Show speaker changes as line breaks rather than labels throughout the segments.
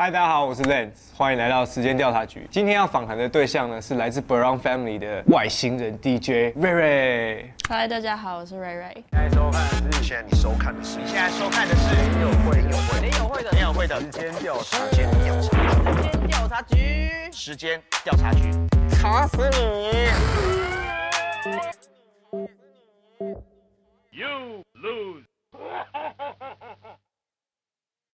嗨，大家好，我是 Lance，欢迎来到时间调查局。今天要访谈的对象呢是来自 Brown Family 的外星人 DJ 瑞瑞。
嗨，大家好，我是瑞瑞。
现在收看的是，
现在你收看的是
现在收看的是林友会，林友会，林友会的，林友会的时间调查，
时间调查，
时间调查局，时间调查局，吵死你！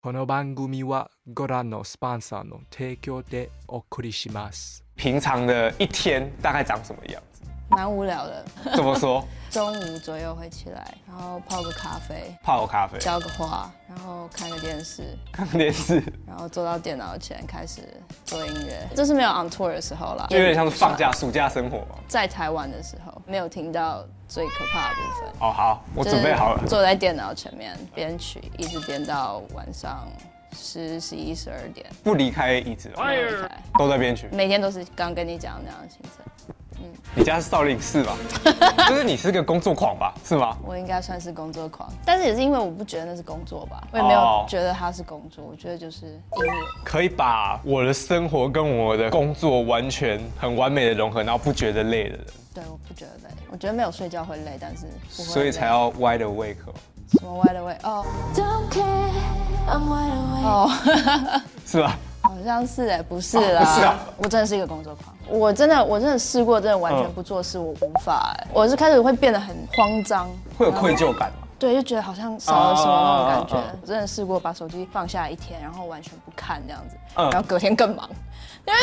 この番組はご覧のスポンサーの提供でお送りします。
平常的一天大概长什么样子？
蛮无聊的，
怎么 说？
中午左右会起来，然后泡个咖啡，
泡咖啡，
浇个花，然后看个电视，
看电视，
然后坐到电脑前开始做音乐。这是没有 on tour 的时候啦，
就有点像是放假暑假生活嘛。
在台湾的时候，没有听到最可怕的部分。
哦，好，我
我
准备好了。
坐在电脑前面编曲，一直编到晚上十、十一、十二点。
不离开椅子哦，
没有离开
都在编曲。
每天都是刚跟你讲的那样的行程，
你家是少林寺 吧？就是你是个工作狂吧？是吗？
我应该算是工作狂，但是也是因为我不觉得那是工作吧，我也没有
哦
觉得它是工作，我觉得就是音乐。
可以把我的生活跟我的工作完全很完美的融合，然后不觉得累的人，
对，我不觉得累，我觉得没有睡觉会累，但是不会累
所以才要 wide awake 哦、
什么 wide awake 哦
Don't care, I'm wide awake.
哦，
是吧？
好像是哎，不是
哦
啦，
不是啊
我真的是一个工作狂，我真的我真的试过，真的完全不做事，我无法哎，我是开始会变得很慌张，
会有愧疚感吗？
对，就觉得好像少了什么那种感觉。
啊啊啊啊
真的试过把手机放下一天，然后完全不看这样子，
嗯
然后隔天更忙，因为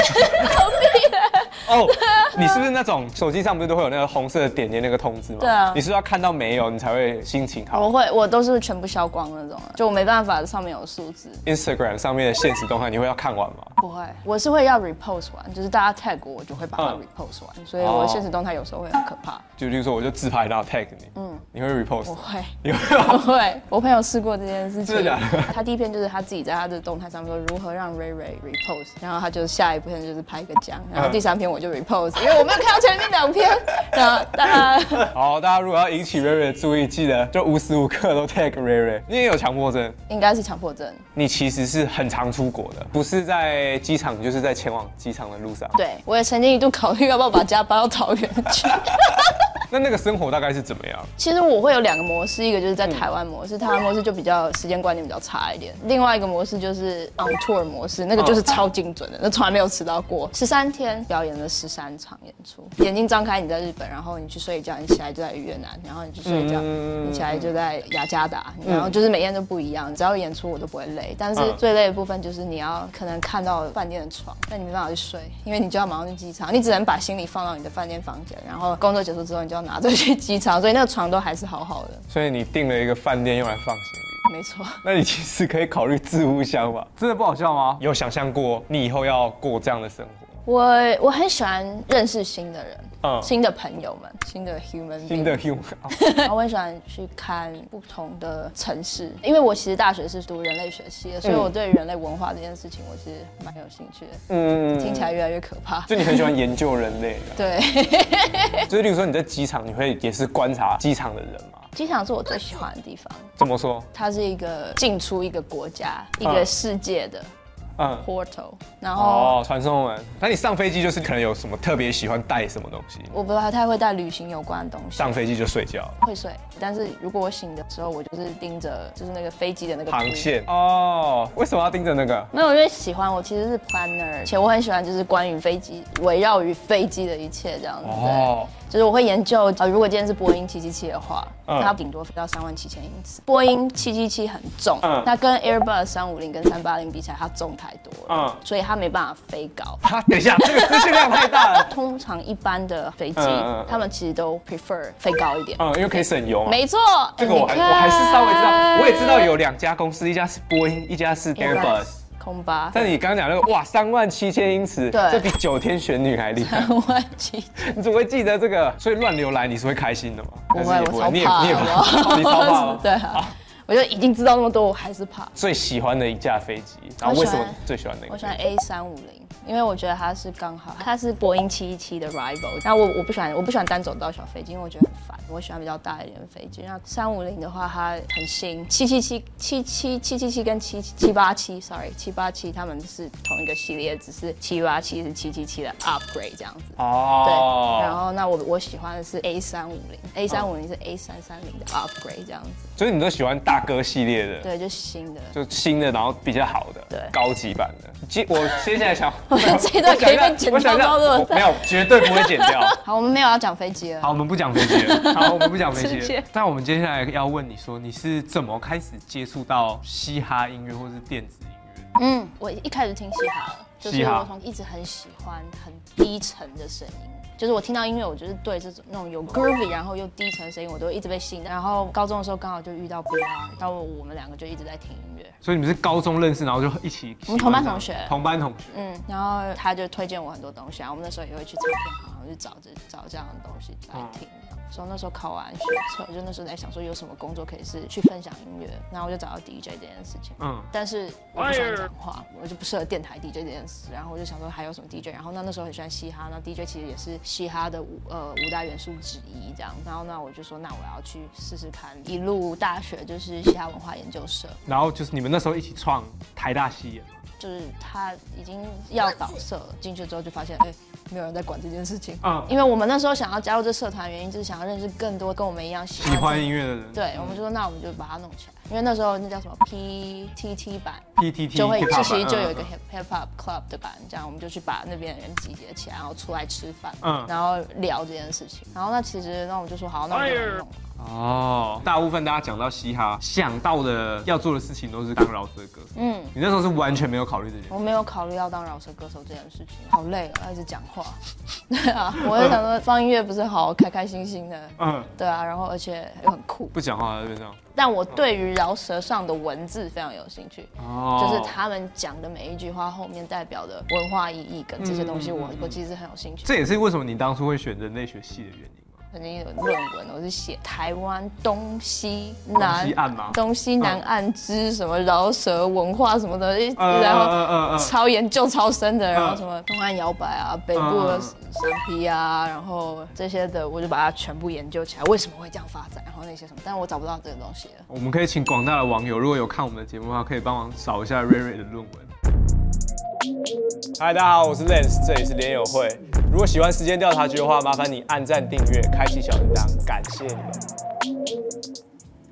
何必呢？
哦， 你是不是那种手机上不是都会有那个红色的点点那个通知吗？
对啊
你是不是要看到没有，你才会心情
我
好。
会，我都是全部消光那种的，啊就我没办法，上面有数字，
Instagram 上面的现实动态，你会要看完吗？
不会，我是会要 repost 完，就是大家 tag 我，我就会把它
嗯
repost 完，所以我
哦
现实动态有时候会很可怕，
就例如说，我就自拍然后 tag 你，嗯，你会 repost，
我会。
你会 吗
我会，我朋友试过这件事情。
真的假的
他第一篇就是他自己在他的动态上面说如何让瑞瑞 repost，然后他就下一篇就是拍一个奖，然
嗯
后第三篇我就 repost，因为我没有看到前面两篇，然后大家
好，大家如果要引起瑞瑞的注意，记得就无时无刻都 tag 瑞瑞。你也有强迫症，
应该是强迫症。
你其实是很常出国的，不是在机场，就是在前往机场的路上。
对我也曾经一度考虑要不要把家搬到桃园去。
那那个生活大概是怎么样？
其实我会有两个模式，一个就是在台湾模式，台湾模式就比较时间观念比较差一点；另外一个模式就是 on tour 模式，那个就是超精准的，那从来没有迟到过。十三天表演了十三场演出，眼睛张开你在日本，然后你去睡觉，你起来就在越南，然后你去睡
嗯
觉，你起来就在雅加达，然后就是每天都不一样。只要演出我都不会累，但是
嗯
最累的部分就是你要可能看到饭店的床，但你没办法去睡，因为你就要马上去机场，你只能把行李放到你的饭店房间，然后工作结束之后你就要拿着去机场，所以那个床都还是好好的。
所以你订了一个饭店用来放行李。
没错，
那你其实可以考虑置物箱吧？ 真的不好笑吗？有想象过你以后要过这样的生活吗？
我我很喜欢认识新的人，
嗯
新的朋友们，新的 human，
新
being
的 human，哦
然后我很喜欢去看不同的城市，因为我其实大学是读人类学系的，所以我对人类文化这件事情我其实蛮有兴趣的。
嗯，
听起来越来越可怕。
就你很喜欢研究人类 的，
对，
就是例如说你在机场，你会也是观察机场的人吗？
机场是我最喜欢的地方，
怎么说？
它是一个进出一个国家、一个世界的
嗯，
portal，然后。
哦，传送门。那你上飞机就是可能有什么特别喜欢带什么东西？
我不太会带旅行有关的东西，
上飞机就睡觉，
会睡。但是如果我醒的时候，我就是盯着就是那个飞机的那个
航
图
线。哦，为什么要盯着那个？
没有，因为喜欢我其实是 planner，而且我很喜欢就是关于飞机，围绕于飞机的一切这样子。
哦
对，就是我会研究，呃，如果今天是波音七七七的话，
嗯
它顶多飞到三万七千英尺。波音七七七很重，
嗯
那跟 Airbus 三五零跟三八零比起来，它重太多了，
嗯
所以它没办法飞高。
哈，啊等一下，这个资讯量太大了。
通常一般的飞机
嗯嗯嗯，
他们其实都 prefer 飞高一 点。
嗯，因为可以省油嘛。
没错，
这个我还
你看
我还是稍微知道，我也知道有两家公司，一家是波音，一家是 Airbus。
空巴。
但你刚刚讲那个哇，三万七千英尺，
对
这比九天玄女还厉 害。
万七
你怎么会记得这个？所以乱流来你是会开心的吗？
不
还
会，
是
我
也
超怕，
你也你也
好不好
怕， 你超怕吗？
对啊，我就已经知道那么多，我还是怕。
最喜欢的一架飞机，然后
我
为
喜
什
欢
么最喜欢那个？
我喜欢 A 三五零，因为我觉得它是刚好，它是波音七一七的 rival。那我我不喜欢，我不喜欢单走道小飞机，因为我觉得很烦。我喜欢比较大一点的飞机。那三五零的话，它很新，七七七七七七七七跟七七八七，sorry，七八七他们是同一个系列，只是七八七是七七七的 upgrade 这样子。对，然
哦，
后那我我喜欢的是 A 三五零，A 三五零是 A 三三零的 upgrade 这样子，
所以你都喜欢大哥系列的，
对，就新的。
就新的，然后比较好的，
对
高级版的。接我接下来 想，
这一段可以被剪
我想一下
掉吗
我没有，绝对不会剪掉。
好，我们没有要讲飞机了
好，。我们不讲飞机了。好，我们不讲飞
直
机了
接。
但我们接下来要问你说，你是怎么开始接触到嘻哈音乐或是电子音乐？
嗯，我一开始听嘻哈了，就是
嘻哈
我从一直很喜欢很低沉的声音。就是我听到音乐，我就是对这种那种有 groovy，然后又低沉的声音，我都一直被吸引。然后高中的时候刚好就遇到 Beyond，到我们两个就一直在听音乐。
所以你们是高中认识，然后就一起喜欢上？
我们同班同学
同班同学。
嗯，然后他就推荐我很多东西啊，我们那时候也会去唱片行去找这找这样的东西来听。所以那时候考完学测，就那时候在想说有什么工作可以是去分享音乐，然后我就找到 DJ 这件事情。
嗯，
但是我不喜欢讲话，我就不适合电台 DJ 这件事。然后我就想说还有什么 DJ，然后那那时候很喜欢嘻哈，那 DJ 其实也是嘻哈的五呃五大元素之一这样。然后那我就说那我要去试试看，一路大学就是嘻哈文化研究社，
然后就是你们那时候一起创台大西演，
就是他已经要倒社了进去之后就发现哎、没有人在管这件事情。
嗯
因为我们那时候想要加入这社团，原因就是想要认识更多跟我们一样喜
喜欢
这
音乐的人。
对，我们就说那我们就把它弄起来，因为那时候那叫什么 PTT 版，
，PTT
就会
hip hop
其
版
实就有一个
嗯
hip hip hop club 的版，这样我们就去把那边的人集结起来，然后出来吃饭，
嗯
然后聊这件事情。然后那其实那我们就说好，那我们就来弄。
嗯哦，大部分大家讲到嘻哈，想到的要做的事情都是当饶舌歌手。嗯，你那时候是完全没有考虑这件事。
我没有考虑要当饶舌歌手这件事情，好累哦，要一直讲话。 对啊，我就想说放音乐不是好开开心心的，
嗯，
对啊，然后而且又很酷。
不讲话就这样。
但我对于饶舌上的文字非常有兴趣。
哦
就是他们讲的每一句话后面代表的文化意义跟这些
嗯
东西我，我、其实很有兴趣。
这也是为什么你当初会选人类学系的原因吗？
曾经有论文，我是写台湾东西
东
南
西啊岸吗
东西南岸之什么饶舌文化什么的，一
呃
然
呃呃呃
后 超研究超深的，然
嗯
后什么东岸摇摆啊，北部
嗯
的山皮啊，然后这些的，我就把它全部研究起来，为什么会这样发展，然后那些什么，但我找不到这个东西了。
我们可以请广大的网友，如果有看我们的节目的话，可以帮忙扫一下瑞瑞的论文。嗨，大家好，我是 Lance，这里是联友会。如果喜欢时间调查局的话，麻烦你按赞、订阅、开启小铃铛，感谢你们。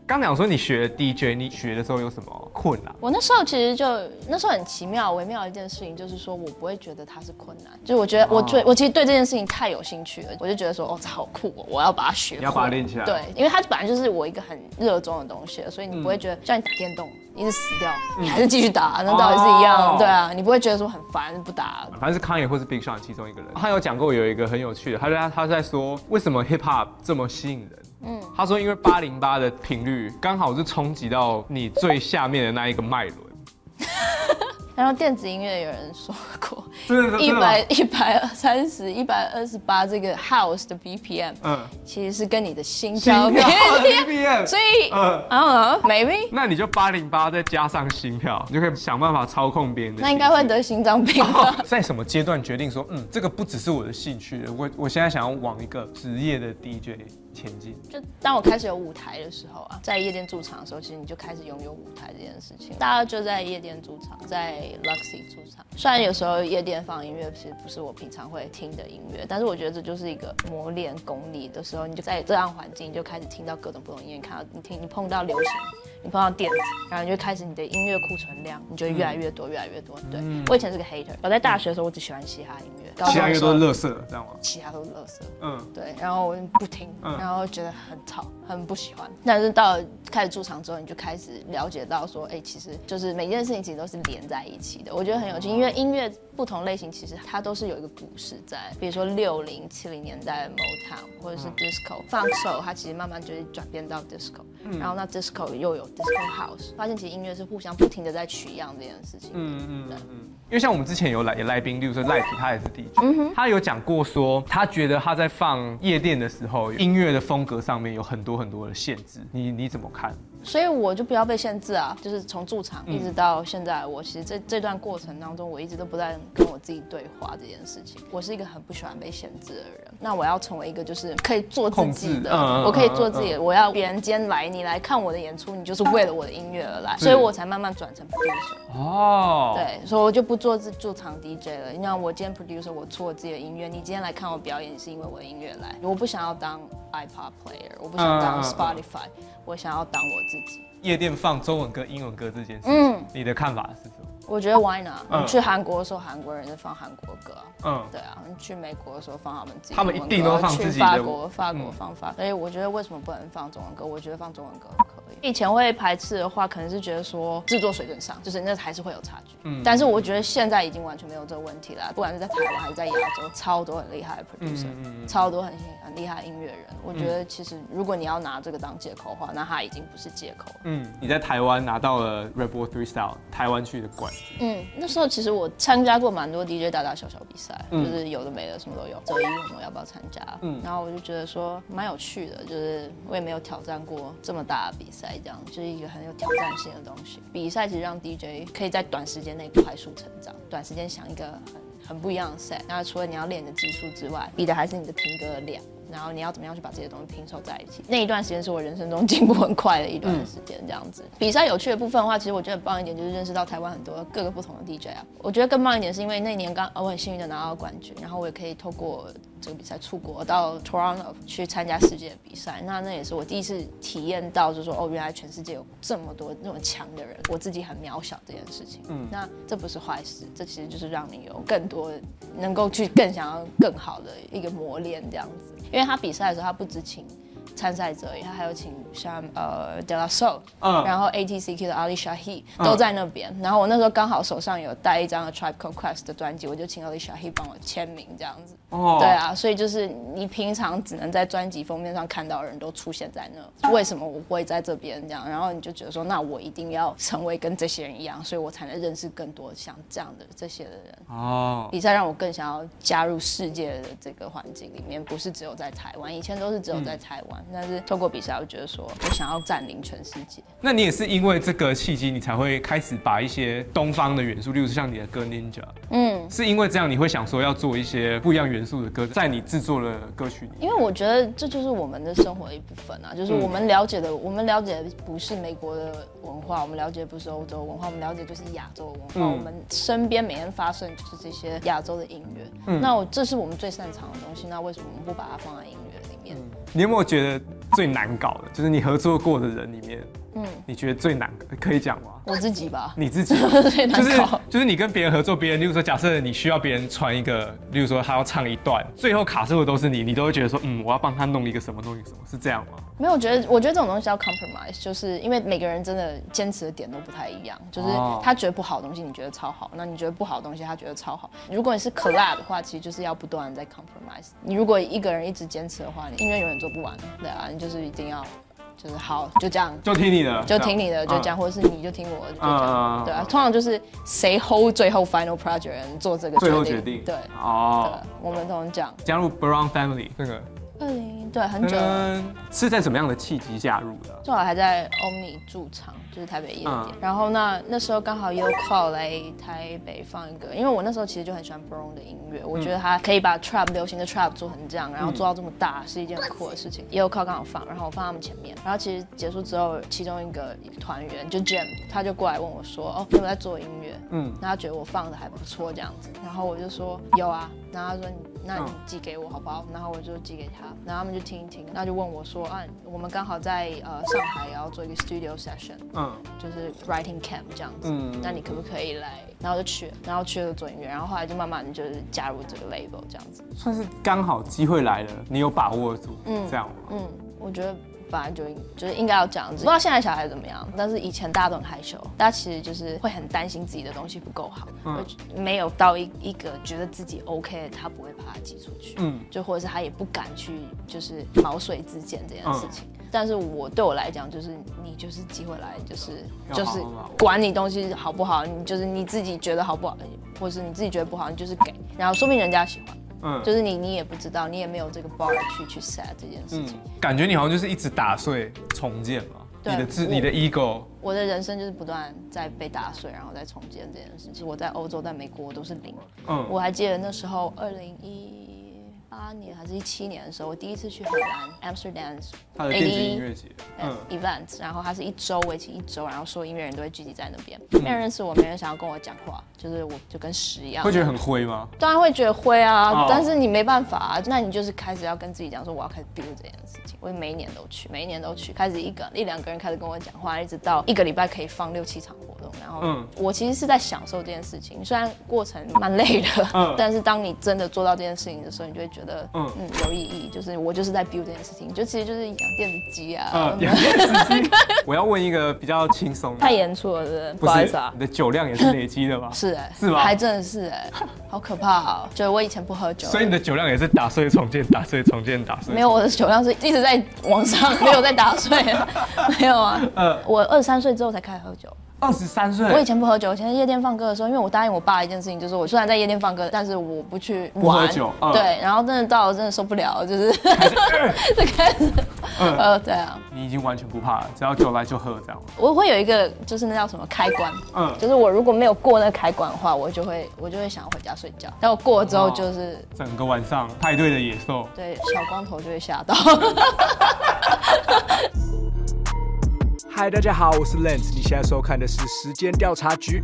刚讲说你学 DJ，你学的时候有什么困难？
我那时候其实就那时候很奇妙、微妙的一件事情，就是说我不会觉得它是困难，就是我觉得我对、我其实对这件事情太有兴趣了，我就觉得说哦，这好酷、哦，我要把它学会。
你要把它练起来
对，因为它本来就是我一个很热衷的东西了，所以你不会觉得、
嗯
像你打电动一直死掉，你还是继续打，那道理是一样。
哦
对啊，你不会觉得说很烦不打了。
反正是康也或是 Big Sean 其中一个人，他有讲过有一个很有趣的，他在他在说为什么 Hip Hop 这么吸引人。嗯，他说因为八零八的频率刚好是冲击到你最下面的那一个脉轮。
然后电子音乐有人说过，
真的
一
真的吗
百一百三十一百二十八这个 house 的 BPM，
嗯，
其实是跟你的心
心
跳
跳
频率
BPM，
所 以，
呃
嗯，maybe，
那你就八零八再加上心跳，你就可以想办法操控别人的。
那应该会。得心脏病 吧？
在什么阶段决定说，嗯，这个不只是我的兴趣，我我现在想要往一个职业的 DJ 前进。
就当我开始有舞台的时候啊，在夜店驻场的时候，其实你就开始拥有舞台这件事情。大家就在夜店驻场，在 Luxy 驻场。虽然有时候夜店放音乐其实不是我平常会听的音乐，但是我觉得这就是一个磨练功力的时候，你就在这样环境，你就开始听到各种不同音乐，你看到你听你碰到流行。你碰到电子，然后你就开始你的音乐库存量，你就会
嗯
越来越多，越来越多。对、我以前是个 hater，我在大学的时候我只喜欢嘻哈音乐，高
其
中
他
的
嗯越
时
多
候
乐色，知道吗？
其他都是垃圾。
嗯，
对，然后我就不听，
嗯
然后觉得很吵，很不喜欢。但是到了开始驻场之后，你就开始了解到说，哎、其实就是每件事情其实都是连在一起的。我觉得很有趣，因为音乐不同类型其实它都是有一个故事在。比如说六零七零年代的 Motown 或者是 Disco、放手，它其实慢慢就是转变到 Disco，、然后那 Disco 又有 Disco House，发现其实音乐是互相不停的在取样这件事情。嗯嗯
因为像我们之前有来来宾，例如说赖皮，他也是 DJ，、他
嗯
有讲过说，他觉得他在放夜店的时候，音乐的风格上面有很多很多的限制。你你怎么看？
所以我就不要被限制啊，就是从驻场
嗯
一直到现在，我其实这这段过程当中，我一直都不在跟我自己对话这件事情。我是一个很不喜欢被限制的人，那我要成为一个就是可以做自己
控制
的，
嗯嗯
我可以做自己的，我要别人今天来你来看我的演出，你就是为了我的音乐而来，所以我才慢慢转成 producer。
嗯哦，，
对，所以我就不做自驻场 DJ 了。你看，我今天 producer，我出我自己的音乐，你今天来看我表演，你是因为我的音乐来。我不想要当 iPod player，我不想
嗯嗯嗯
当
嗯
Spotify，、我想要当我自己。
夜店放中文歌、英文歌这件事，
嗯，
你的看法是什么？
我觉得 Why not？、
嗯
你去韩国的时候，韩国人就放韩国歌啊。
嗯，
对啊，你去美国的时候放他们自己的
他们一定都放自己的
英文歌去法国，法国
嗯
放法，所以我觉得为什么不能放中文歌？我觉得放中文歌可以。以前会排斥的话，可能是觉得说制作水准上，就是那还是会有差距。嗯，但是我觉得现在已经完全没有这个问题了，不管是在台湾还是在亚洲，超多很厉害的 producer，、超
嗯
多很很厉害的音乐人。我觉得其实如果你要拿这个当借口的话，那它已经不是借口了。
嗯，你在台湾拿到了 Rebel Three Style 台湾区的冠军，
嗯，那时候其实我参加过蛮多 DJ 大大小小比赛，就是有的没的什么都有。周一问我要不要参加，嗯，然后我就觉得说蛮有趣的，就是我也没有挑战过这么大的比赛，这样就是一个很有挑战性的东西。比赛其实让 DJ 可以在短时间内快速成长，短时间想一个很很不一样的 set。那除了你要练你的技术之外，比的还是你的听歌的量。然后你要怎么样去把这些东西拼凑在一起？那一段时间是我人生中进步很快的一段时间，这样子。比赛有趣的部分的话，其实我觉得很棒一点就是认识到台湾很多各个不同的 DJ 啊。我觉得更棒一点是因为那年刚呃我很幸运的拿到冠军，然后我也可以透过这个比赛出国到 Toronto 去参加世界的比赛。那那也是我第一次体验到，就是说哦，原来全世界有这么多那么强的人，我自己很渺小这件事情。嗯，那这不是坏事，这其实就是让你有更多能够去更想要更好的一个磨练这样子。因为他比赛的时候，他不只请参赛者，他还有请像呃 De La Soul，、
嗯
然后 ATCQ 的 Ali Shahi 都在那边。然后我那时候刚好手上有带一张的 Tribe Called Quest 的专辑，我就请 Ali Shahi 帮我签名这样子。
哦
对啊，所以就是你平常只能在专辑封面上看到的人都出现在那，为什么我不会在这边这样？然后你就觉得说，那我一定要成为跟这些人一样，所以我才能认识更多像这样的这些的人。
哦，
比赛让我更想要加入世界的这个环境里面，不是只有在台湾，以前都是只有在台
嗯
湾，但是透过比赛，我觉得说我想要占领全世界。
那你也是因为这个契机，你才会开始把一些东方的元素，例如像你的歌 Ninja，嗯，是因为这样你会想说要做一些不一样元素的歌，在你制作的歌曲里面。
因为我觉得这就是我们的生活的一部分啊，
嗯
就是我们了解的，我们了解的不是美国的文化，我们了解的不是欧洲文化，我们了解就是亚洲文化，
嗯
我们身边每天发生就是这些亚洲的音乐。
嗯
那我这是我们最擅长的东西，那为什么我们不把它放在音乐里面？
你有没有觉得最难搞的，就是你合作过的人里面，嗯，你觉得最难，可以讲吗？
我自己吧，
你自己
最 难
嗯就
搞
是就是你跟别人合作，别人，例如说，假设你需要别人传一个，例如说他要唱一段，最后卡住的都是你，你都会觉得说，嗯，我要帮他弄一个什么，弄一个什么，是这样吗？
没有，我觉得我觉得这种东西要 compromise，就是因为每个人真的坚持的点都不太一样，就是
哦
他觉得不好的东西，你觉得超好；那你觉得不好的东西，他觉得超好。如果你是 collab 的话，其实就是要不断的在 compromise。你如果一个人一直坚持的话，你音乐永远做不完，对啊，你就是一定要，就是好就这样。
就听你的，
就听你的，就这
嗯
样，或者是你就听我的，就这样
嗯嗯嗯，
对啊。通常就是谁 hold 最后 final project 的人做这个
最后决定，
对，对
哦，，
我们通常讲
加入 Brown Family 那个，
二零对很久了。
嗯，是在什么样的契机加入的？
正好还在 Omni 驻场，就是台北夜店。
嗯
然后那那时候刚好 U Cloud 来台北放一个，因为我那时候其实就很喜欢 Brown 的音乐，我觉得他可以把 Trap 流行的 Trap 做成这样，然后做到这么大，是一件很酷的事情。U Cloud 刚好放，然后我放他们前面，然后其实结束之后，其中一个团员就 Jam，他就过来问我说：“哦，你有没有在做音乐？”嗯，那他觉得我放的还不错这样子，然后我就说有啊，然后他说你那你寄给我好不好？然后我就寄给他，然后他们就听一听，那就问我说啊，我们刚好在呃上海也要做一个 studio session，
嗯，
就是 writing camp 这样子，那你可不可以来？然后就去了，然后去了做音乐，然后后来就慢慢就是加入这个 label 这样子。
算是刚好机会来了，你有把握住，嗯，这样吗？
嗯，我觉得本来就应就是应该要这样子，不知道现在小孩怎么样，但是以前大家都很害羞，大家其实就是会很担心自己的东西不够好，
嗯
会没有到一一个觉得自己 OK 的，他不会把它寄出去，嗯，就或者是他也不敢去就是毛遂自荐这件事情。
嗯
但是我对我来讲，就是你就是机会来，就是
要好
就
好
是
把握
管你东西好不好，你就是你自己觉得好不好，或是你自己觉得不好，你就是给，然后说不定人家喜欢，
嗯
就是你你也不知
嗯
道，你也没有这个 bar 去去 set 这件事情。
感觉你好像就是一直打碎重建嘛，
对
你的自
我
你的 ego，
我的人生就是不断在被打碎，然后再重建这件事情。我在欧洲，在美国我都是零。
嗯
我还记得那时候二零一八年还是一七年的时候，我第一次去荷兰 Amsterdam
他的
AD
电子音乐节，嗯，
event，然后它是一周，为期一周，然后所有音乐人都会聚集在那边，
嗯
没人认识我，没人想要跟我讲话，就是我就跟屎一样。
会觉得很灰吗？
当然会觉得灰啊，
哦
但是你没办法啊，那你就是开始要跟自己讲说我要开始 build 这件事情。我每一年都去，每一年都去，开始一个一两个人开始跟我讲话，一直到一个礼拜可以放六七场活动。然后，
嗯
我其实是在享受这件事情，虽然过程蛮累的，
嗯
但是当你真的做到这件事情的时候，你就会觉得
嗯
嗯有意义，就是我就是在 build 这件事情，就其实就是养电子鸡啊。
嗯，也 我要问一个比较轻松的
太，严肃了，是不是
不
不好意
是
思啊
你。的酒量也是累积的吧？
是哎、
是吗
还真的是哎、好可怕哦！就是我以前不喝酒，
所以你的酒量也是打碎重建，打碎重建，打碎。
没有，我的酒量是一直在往上，没有在打碎，没有啊。
呃
我二十三岁之后才开始喝酒。
二十三
我以
岁，
前不喝酒，以前夜店放歌的时候，因为我答应我爸一件事情，就是我虽然在夜店放歌，但是我不去玩。
不喝酒嗯
对，然后真的到了真的受不了，就是 就开始，
嗯
呃，对啊，
你已经完全不怕了，只要酒来就喝这样。
我会有一个就是那叫什么开关，
嗯
就是我如果没有过那个开关的话，我就会我就会想要回家睡觉。但我过了之后，就是、
整个晚上派对的野兽，
对小光头就会吓到。
嗨，大家好，我是 Lance，你现在收看的是时间调查局。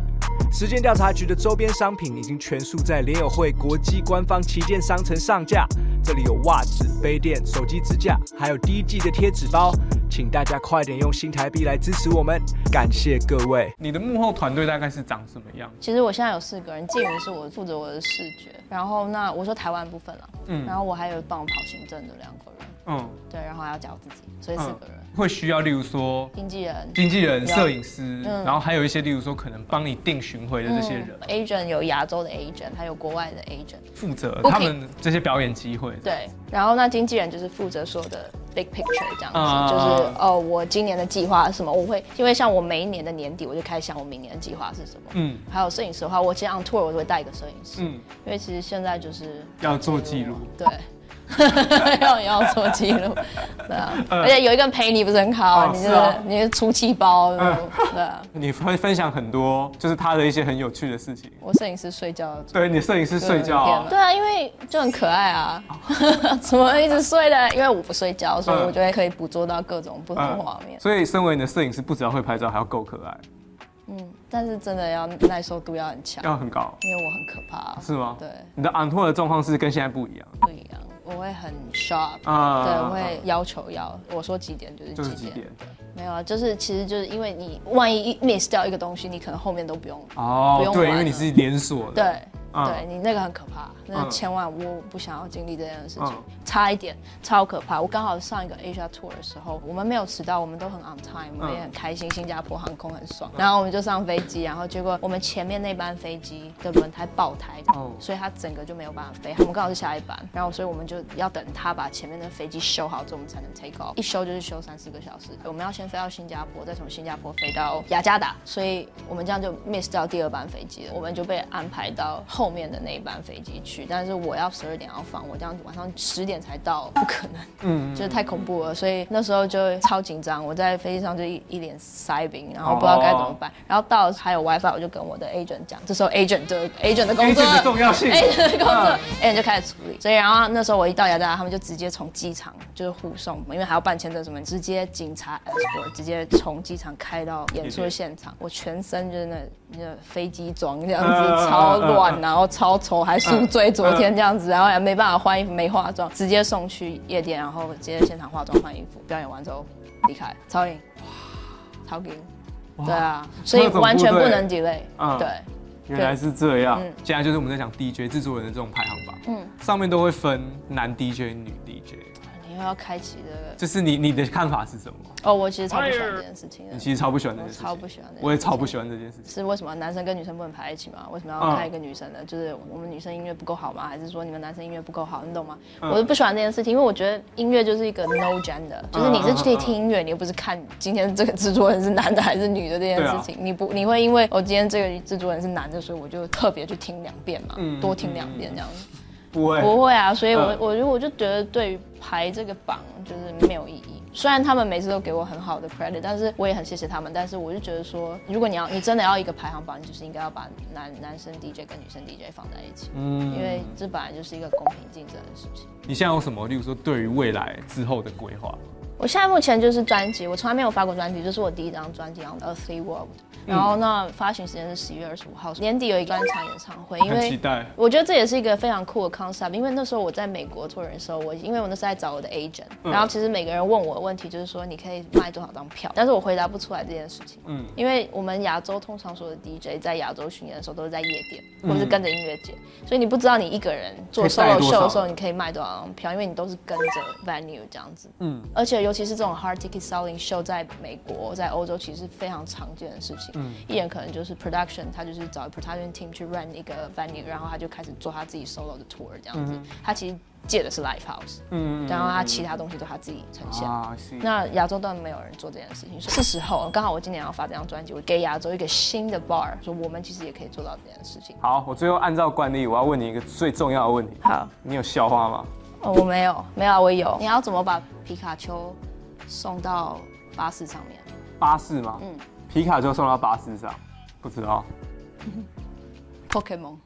时间调查局的周边商品已经全数在联友会国际官方旗舰商城上架，这里有袜子、杯垫、手机支架，还有第一季的贴纸包，请大家快点用新台币来支持我们，感谢各位。
你的幕后团队大概是长什么样？
其实我现在有四个人，静云是我负责我的视觉，然后那我说台湾部分了，
嗯
然后我还有帮我跑行政的两个人，
嗯
对，然后还要加我自己，所以四个人，
会需要例如说
经纪
嗯
人。
经纪人、
有
摄影师，
嗯
然后还有一些例如说可能帮你定巡回的这些人
嗯、agent 有亚洲的 agent，还有国外的 agent，
负责
Booking
他们这些表演机会。
对。然后那经纪人就是负责所有的 big picture 这样子，
啊
就是哦，我今年的计划是什么？我会因为像我每一年的年底，我就开始想我明年的计划是什么。
嗯
还有摄影师的话，我今天 on tour 我都会带一个摄影师，
嗯，
因为其实现在就是
要做记录。
对， 要要做记录，对啊，而且有一个人陪你不是很好，
哦
你
是
就
嗯啊
是你是出气包，
嗯
对啊，
你会分享很多，就是他的一些很有趣的事情。
我摄影师睡觉的
对你摄影师睡觉啊，
对啊，因为就很可爱啊， 怎么一直睡的？因为我不睡觉，所以
嗯
我就会可以捕捉到各种不同的画面。
呃所以身为你的摄影师，不只要会拍照，还要够可爱，
但是真的要耐受度要很强，
要啊很高，
因为我很可怕，
是吗？
对，
你的 on tour 的状况是跟现在不一样，
不一样，啊我会很 sharp，
啊
对，我会要求要我说几点就是
就是
几
几
点
点，
没有啊，就是其实就是因为你万一一 miss 掉一个东西，你可能后面都不用。不
哦
用
对，
玩
因为你
了
是连锁的，
对，
嗯
对你那个很可怕，那
嗯
千万我不想要经历这件事情
嗯，
差一点超可怕。我刚好上一个 Asia tour 的时候，我们没有迟到，我们都很 on time，我
嗯
们也很开心，新加坡航空很爽。然后我们就上飞机，然后结果我们前面那班飞机的轮胎爆胎
哦，
所以它整个就没有办法飞。我们刚好是下一班，然后所以我们就要等他把前面的飞机修好之后，我们才能 take off。一修就是修三四个小时，我们要先飞到新加坡，再从新加坡飞到雅加达，所以我们这样就 miss 掉第二班飞机了，我们就被安排到后面的那一班飞机去。但是我要十二点要放，我这样晚上十点才到，不可能，嗯， 就是太恐怖了。所以那时候就超紧张，我在飞机上就一一脸塞冰，然后不知道该怎么办。然后到还有 WiFi，我就跟我的 agent 讲，这时候 agent 的 agent 的工作
agent 的重要性嗯
agent 的工作，agent 就开始处理。所以然后那时候我一到雅加达，他们就直接从机场就是护送，因为还要办签证什么，直接警察 escort 直接从机场开到演出的现场。我全身就是那那飞机装这样
嗯
子，超
嗯嗯
乱，然后超丑，还宿醉，昨天这样子，然后也没办法换衣服，没化妆，直接送去夜店，然后直接现场化妆换衣服，表演完之后离开，超赢，超赢。对啊，所以
特种
完全
部
不
队
能 delay
嗯。
对，
原来是这样
嗯。
现在就是我们在讲 DJ 制作人的这种排行榜，嗯，上面都会分男 DJ、女 DJ，
你又要开启这个
就是你你的看法是什么？
哦，我其实超不喜欢这件事情的
你，其实超不喜欢这
我
件事情，
超不喜欢这件事情
我也超不喜欢这件事情。
是为什么男生跟女生不能排在一起吗？为什么
嗯
要开一个女生呢？就是我们女生音乐不够好吗？还是说你们男生音乐不够好？你懂吗？
嗯
我就不喜欢这件事情，因为我觉得音乐就是一个 no gender，就是你是去听音乐，你又不是看今天这个制作人是男的还是女的这件事
啊
情，你不你会因
嗯
为哦今天这个制作人是男的，所以我就特别去听两遍嘛，多听两遍这样子。
不会
不会啊，所以我、
嗯
我就我就觉得对于排这个榜就是没有意义。虽然他们每次都给我很好的 credit，但是我也很谢谢他们。但是我就觉得说，如果你要你真的要一个排行榜，你就是应该要把男男生 DJ 跟女生 DJ 放在一起，
嗯
因为这本来就是一个公平竞争的事情。
你现在有什么，例如说对于未来之后的规划？
我现在目前就是专辑，我从来没有发过专辑，这是我第一张专辑，然后 Earthly World，然
嗯
后那发行时间是十一月二十五号，年底有一个专场演唱会，因
很
为
期待
我觉得这也是一个非常酷的 concept，因为那时候我在美国做人的时候，我因为我那时候在找我的 agent，然
嗯
后其实每个人问我的问题就是说你可以卖多少张票，但是我回答不出来这件事情，嗯，因为我们亚洲通常说的 DJ 在亚洲巡演的时候都是在夜店或者是跟着音乐节，所以你不知道你一个人做
嗯可以带
solo
多
show
少
的时候你可以卖多少张票，因为你都是跟着 venue 这样子，嗯，而且尤其是这种 hard ticket selling show 在美国、在欧洲其实是非常常见的事情，嗯，艺人可能就是 production，他就是找 production team 去 run 一个 venue，然后他就开始做他自己 solo 的 tour 这样子，他其实借的是 live house，嗯，然后他其他东西都他自己呈现，
啊，是
那亚洲当然没有人做这件事情，所以是时候。刚好我今年要发这张专辑，我给亚洲一个新的 bar，说我们其实也可以做到这件事情。
好，我最后按照惯例，我要问你一个最重要的问题。
好，
你有笑话吗？
哦，我没有，没有啊，我有。你要怎么把皮卡丘送到巴士上面？
巴士吗？嗯，皮卡丘送到巴士上，不知道
Pokemon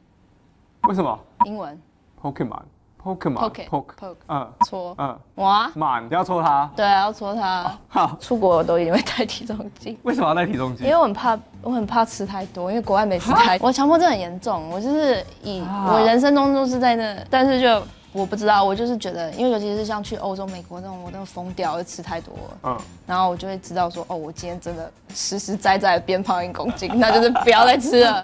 为什么
英文
Pokemon，Pokemon，Poke，
Poke
Poke，
Poke
嗯
搓
嗯，
哇，
马，你不要戳它。
对啊，要搓它。
好，
出国我都一定会带体重机，
为什么要带体重
因
机
为？我很怕，我很怕吃太多，因为国外没吃太多。我强迫症很严重，我就是以
啊
我人生中都是在那，但是就。我不知道，我就是觉得，因为尤其是像去欧洲、美国那种，我都疯掉，我就吃太多了。
嗯，
然后我就会知道说，哦，我今天真的实实在在地变胖一公斤，那就是不要再吃了。